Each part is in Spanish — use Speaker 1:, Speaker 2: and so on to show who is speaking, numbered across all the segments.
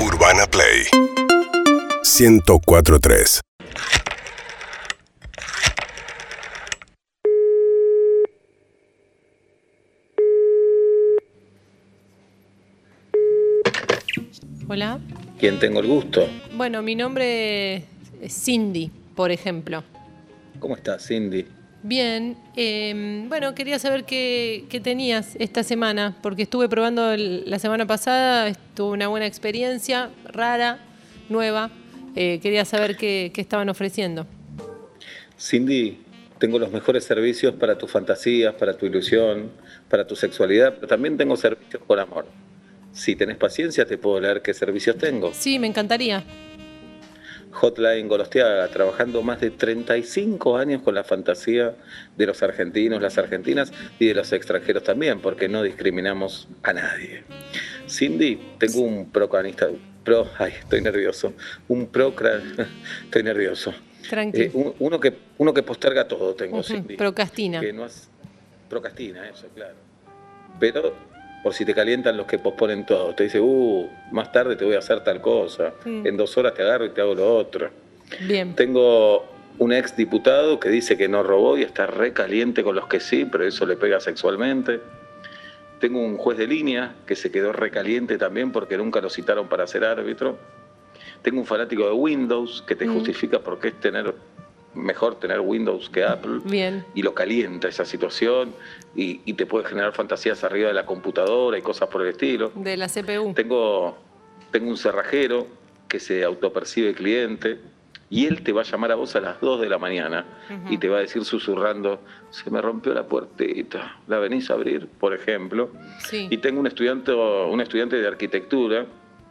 Speaker 1: Urbana Play 1043
Speaker 2: Hola.
Speaker 3: ¿Quién tengo el gusto?
Speaker 2: Bueno, mi nombre es Cindy, por ejemplo.
Speaker 3: ¿Cómo estás, Cindy?
Speaker 2: Bien, eh, bueno, quería saber qué, qué tenías esta semana, porque estuve probando el- la semana pasada, tuve una buena experiencia, rara, nueva. Eh, quería saber qué, qué estaban ofreciendo.
Speaker 3: Cindy, tengo los mejores servicios para tus fantasías, para tu ilusión, para tu sexualidad, pero también tengo servicios por amor. Si tenés paciencia, te puedo leer qué servicios tengo.
Speaker 2: Sí, me encantaría.
Speaker 3: Hotline Gorostiaga, trabajando más de 35 años con la fantasía de los argentinos, las argentinas y de los extranjeros también, porque no discriminamos a nadie. Cindy, tengo un procranista, pro, ay, estoy nervioso, un procra, estoy nervioso.
Speaker 2: Tranqui.
Speaker 3: Eh, un- uno, que, uno que posterga todo tengo,
Speaker 2: Ujú,
Speaker 3: Cindy.
Speaker 2: Procrastina.
Speaker 3: Que no hace- procrastina, eso, claro. Pero por si te calientan los que posponen todo, te dice, uh, más tarde te voy a hacer tal cosa,
Speaker 2: Mm.
Speaker 3: en dos horas te agarro y te hago lo otro.
Speaker 2: Bien.
Speaker 3: Tengo un ex diputado que dice que no robó y está re caliente con los que sí, pero eso le pega sexualmente. Tengo un juez de línea que se quedó recaliente también porque nunca lo citaron para ser árbitro. Tengo un fanático de Windows que te
Speaker 2: Mm.
Speaker 3: justifica por qué es tener mejor tener Windows que Apple
Speaker 2: Bien.
Speaker 3: y lo calienta esa situación y, y te puede generar fantasías arriba de la computadora y cosas por el estilo.
Speaker 2: De la CPU.
Speaker 3: Tengo, tengo un cerrajero que se autopercibe cliente y él te va a llamar a vos a las 2 de la mañana
Speaker 2: Ujú.
Speaker 3: y te va a decir susurrando, se me rompió la puertita, ¿la venís a abrir? Por ejemplo.
Speaker 2: Sí.
Speaker 3: Y tengo un estudiante, un estudiante de arquitectura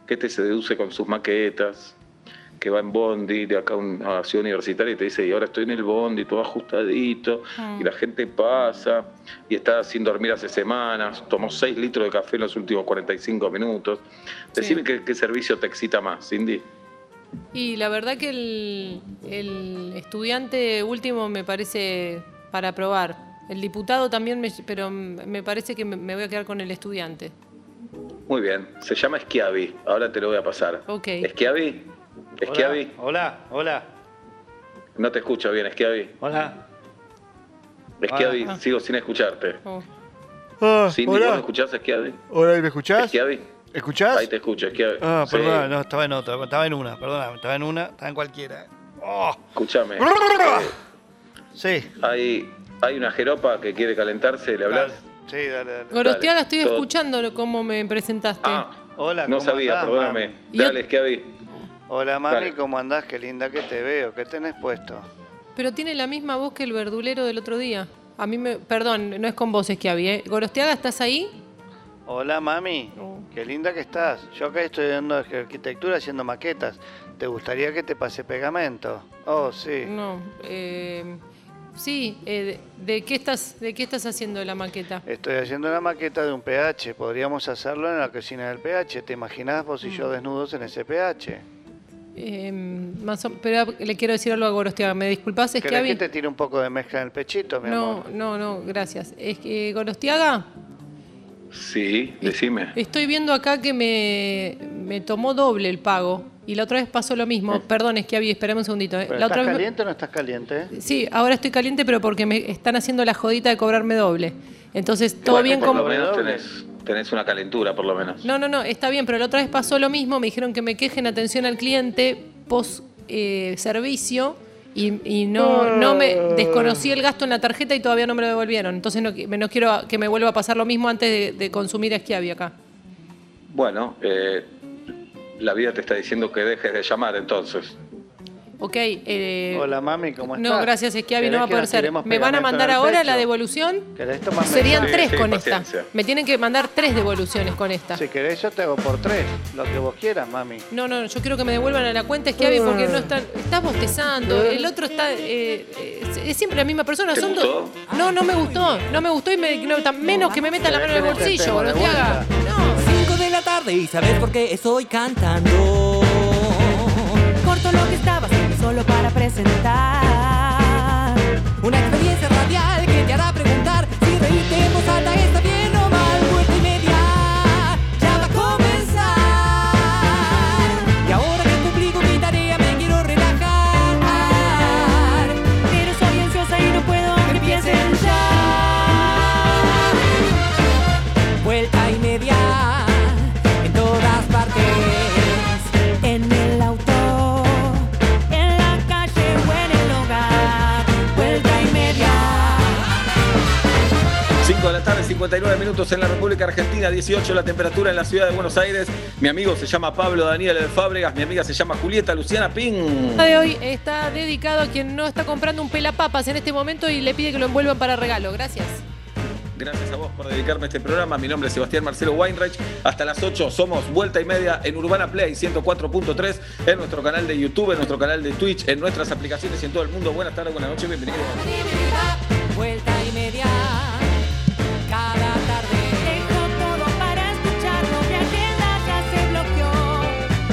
Speaker 3: que te seduce con sus maquetas, que va en bondi de acá a una ciudad universitaria y te dice, y ahora estoy en el bondi, todo ajustadito,
Speaker 2: Mm.
Speaker 3: y la gente pasa, y está sin dormir hace semanas, tomó 6 litros de café en los últimos 45 minutos.
Speaker 2: Sí.
Speaker 3: Decime qué, qué servicio te excita más, Cindy.
Speaker 2: Y la verdad que el, el estudiante último me parece para probar. El diputado también, me- pero me parece que me, me voy a quedar con el estudiante.
Speaker 3: Muy bien, se llama Schiavi, ahora te lo voy a pasar.
Speaker 2: Ok.
Speaker 3: Schiavi, Schiavi,
Speaker 4: Hola, hola,
Speaker 3: no te escucho bien, Schiavi.
Speaker 4: hola.
Speaker 3: Schiavi,
Speaker 2: Ah.
Speaker 3: sigo sin escucharte.
Speaker 2: Oh,
Speaker 4: Ah,
Speaker 3: Cindy, ¿vos no
Speaker 4: hola.
Speaker 3: escuchás, Schiavi?
Speaker 4: Hola, ¿me escuchás?
Speaker 3: Schiavi.
Speaker 4: ¿Escuchás?
Speaker 3: Ahí te escucho, es que.
Speaker 4: Ah,
Speaker 3: sí,
Speaker 4: perdón, no, estaba en otra, estaba en una, perdóname, estaba en una, estaba en cualquiera. Oh.
Speaker 3: Escúchame.
Speaker 4: Sí.
Speaker 3: Hay, hay una jeropa que quiere calentarse, le hablas.
Speaker 4: dale, Sí, dale, dale.
Speaker 2: Gorostiaga, estoy
Speaker 3: todo-
Speaker 2: escuchando lo- cómo me presentaste.
Speaker 3: Ah,
Speaker 4: Hola,
Speaker 3: no
Speaker 4: ¿cómo
Speaker 3: sabía,
Speaker 4: andás,
Speaker 3: perdóname.
Speaker 4: mami?
Speaker 2: Yo-
Speaker 3: Dale, Schiavi.
Speaker 4: Hola, mami,
Speaker 3: Dale.
Speaker 4: ¿cómo andás? Qué linda que te veo. ¿Qué tenés puesto?
Speaker 2: Pero tiene la misma voz que el verdulero del otro día. A mí me. Perdón, no es con voces que había. ¿eh? Gorostiaga, ¿estás ahí?
Speaker 4: Hola, mami.
Speaker 2: Oh.
Speaker 4: Qué linda que estás. Yo acá estoy estudiando arquitectura haciendo maquetas. ¿Te gustaría que te pase pegamento? Oh, sí.
Speaker 2: No. eh, sí, eh, de, de qué estás, ¿de qué estás haciendo la maqueta?
Speaker 4: Estoy haciendo una maqueta de un pH. Podríamos hacerlo en la cocina del pH. ¿Te imaginás vos y yo
Speaker 2: Mm.
Speaker 4: desnudos en ese pH?
Speaker 2: Eh, más o- pero le quiero decir algo a Gorostiaga. ¿Me disculpas? Es que
Speaker 4: ¿Querés
Speaker 2: había.
Speaker 4: que te tire un poco de mezcla en el pechito, mi
Speaker 2: No, eh,
Speaker 4: amor?
Speaker 2: no, no, gracias. Es que, Gorostiaga,
Speaker 3: Sí, decime.
Speaker 2: estoy viendo acá que me, me tomó doble el pago. Y la otra vez pasó lo mismo. Perdón, es que había, esperame un segundito. eh.
Speaker 4: Pero
Speaker 2: La
Speaker 4: ¿Estás
Speaker 2: otra vez me-
Speaker 4: caliente o no estás caliente?
Speaker 2: Sí, ahora estoy caliente, pero porque me están haciendo la jodita de cobrarme doble. Entonces, todo
Speaker 3: Bueno,
Speaker 2: bien
Speaker 3: por
Speaker 2: con.
Speaker 3: lo menos
Speaker 4: Doble.
Speaker 3: tenés, tenés una calentura, por lo menos.
Speaker 2: No, no, no, está bien, pero la otra vez pasó lo mismo. Me dijeron que me quejen atención al cliente post eh, servicio y, y no, no me desconocí el gasto en la tarjeta y todavía no me lo devolvieron. Entonces, no, qui- no quiero que me vuelva a pasar lo mismo antes de, de consumir esquiavi acá.
Speaker 3: Bueno, eh, la vida te está diciendo que dejes de llamar, entonces.
Speaker 2: Ok. eh,
Speaker 4: Hola, mami, ¿cómo estás?
Speaker 2: No, gracias, Esquiavi, no
Speaker 4: ¿Querés
Speaker 2: va a
Speaker 4: que
Speaker 2: poder
Speaker 4: nos
Speaker 2: ser.
Speaker 4: tiremos
Speaker 2: ¿Me van a
Speaker 4: pegamento en
Speaker 2: mandar
Speaker 4: el
Speaker 2: ahora
Speaker 4: pecho?
Speaker 2: la devolución?
Speaker 4: ¿Querés tomar
Speaker 2: Serían
Speaker 3: Sí,
Speaker 4: media?
Speaker 2: tres
Speaker 3: sí,
Speaker 2: con
Speaker 3: paciencia.
Speaker 2: esta. Me tienen que mandar tres devoluciones con esta.
Speaker 4: Si querés, yo te hago por tres. Lo que vos quieras, mami.
Speaker 2: No, no, yo quiero que me devuelvan a la cuenta Esquiavi porque no están. Estás bostezando, el otro está. eh, eh, es- es siempre la misma persona.
Speaker 3: ¿Te
Speaker 2: Son dos-
Speaker 3: gustó?
Speaker 2: No, no me gustó. No me gustó y me no, tan- menos que me metan la mano en el
Speaker 4: ¿Querés que te
Speaker 2: bolsillo,
Speaker 4: demos de
Speaker 2: Gorostiaga. No.
Speaker 5: 5 de la tarde y sabes por qué estoy cantando.
Speaker 6: Corto lo que estaba haciendo solo para presentar.
Speaker 5: Una experiencia radial que te hará preguntar si reírte en voz alta está bien o mal. Vuelta y media, ya va a comenzar.
Speaker 3: 59 minutos en la República Argentina, 18 la temperatura en la ciudad de Buenos Aires. Mi amigo se llama Pablo Daniel de Fábregas, mi amiga se llama Julieta Luciana Ping.
Speaker 2: programa de hoy está dedicado a quien no está comprando un pelapapas en este momento y le pide que lo envuelvan para regalo. Gracias.
Speaker 3: Gracias a vos por dedicarme a este programa. Mi nombre es Sebastián Marcelo Weinreich. Hasta las 8 somos vuelta y media en Urbana Play 104.3, en nuestro canal de YouTube, en nuestro canal de Twitch, en nuestras aplicaciones y en todo el mundo. Buenas tardes, buenas noches, bienvenidos.
Speaker 5: Vuelta y media. Cada tarde.
Speaker 6: Dejo todo para escucharlo, mi agenda ya se bloqueó.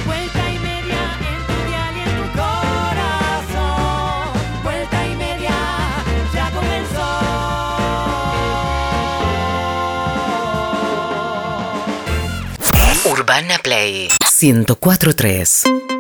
Speaker 6: Vuelta y media en tu dial y en tu
Speaker 5: Corazón. Vuelta y media. Ya comenzó.
Speaker 1: Urbana Play 1043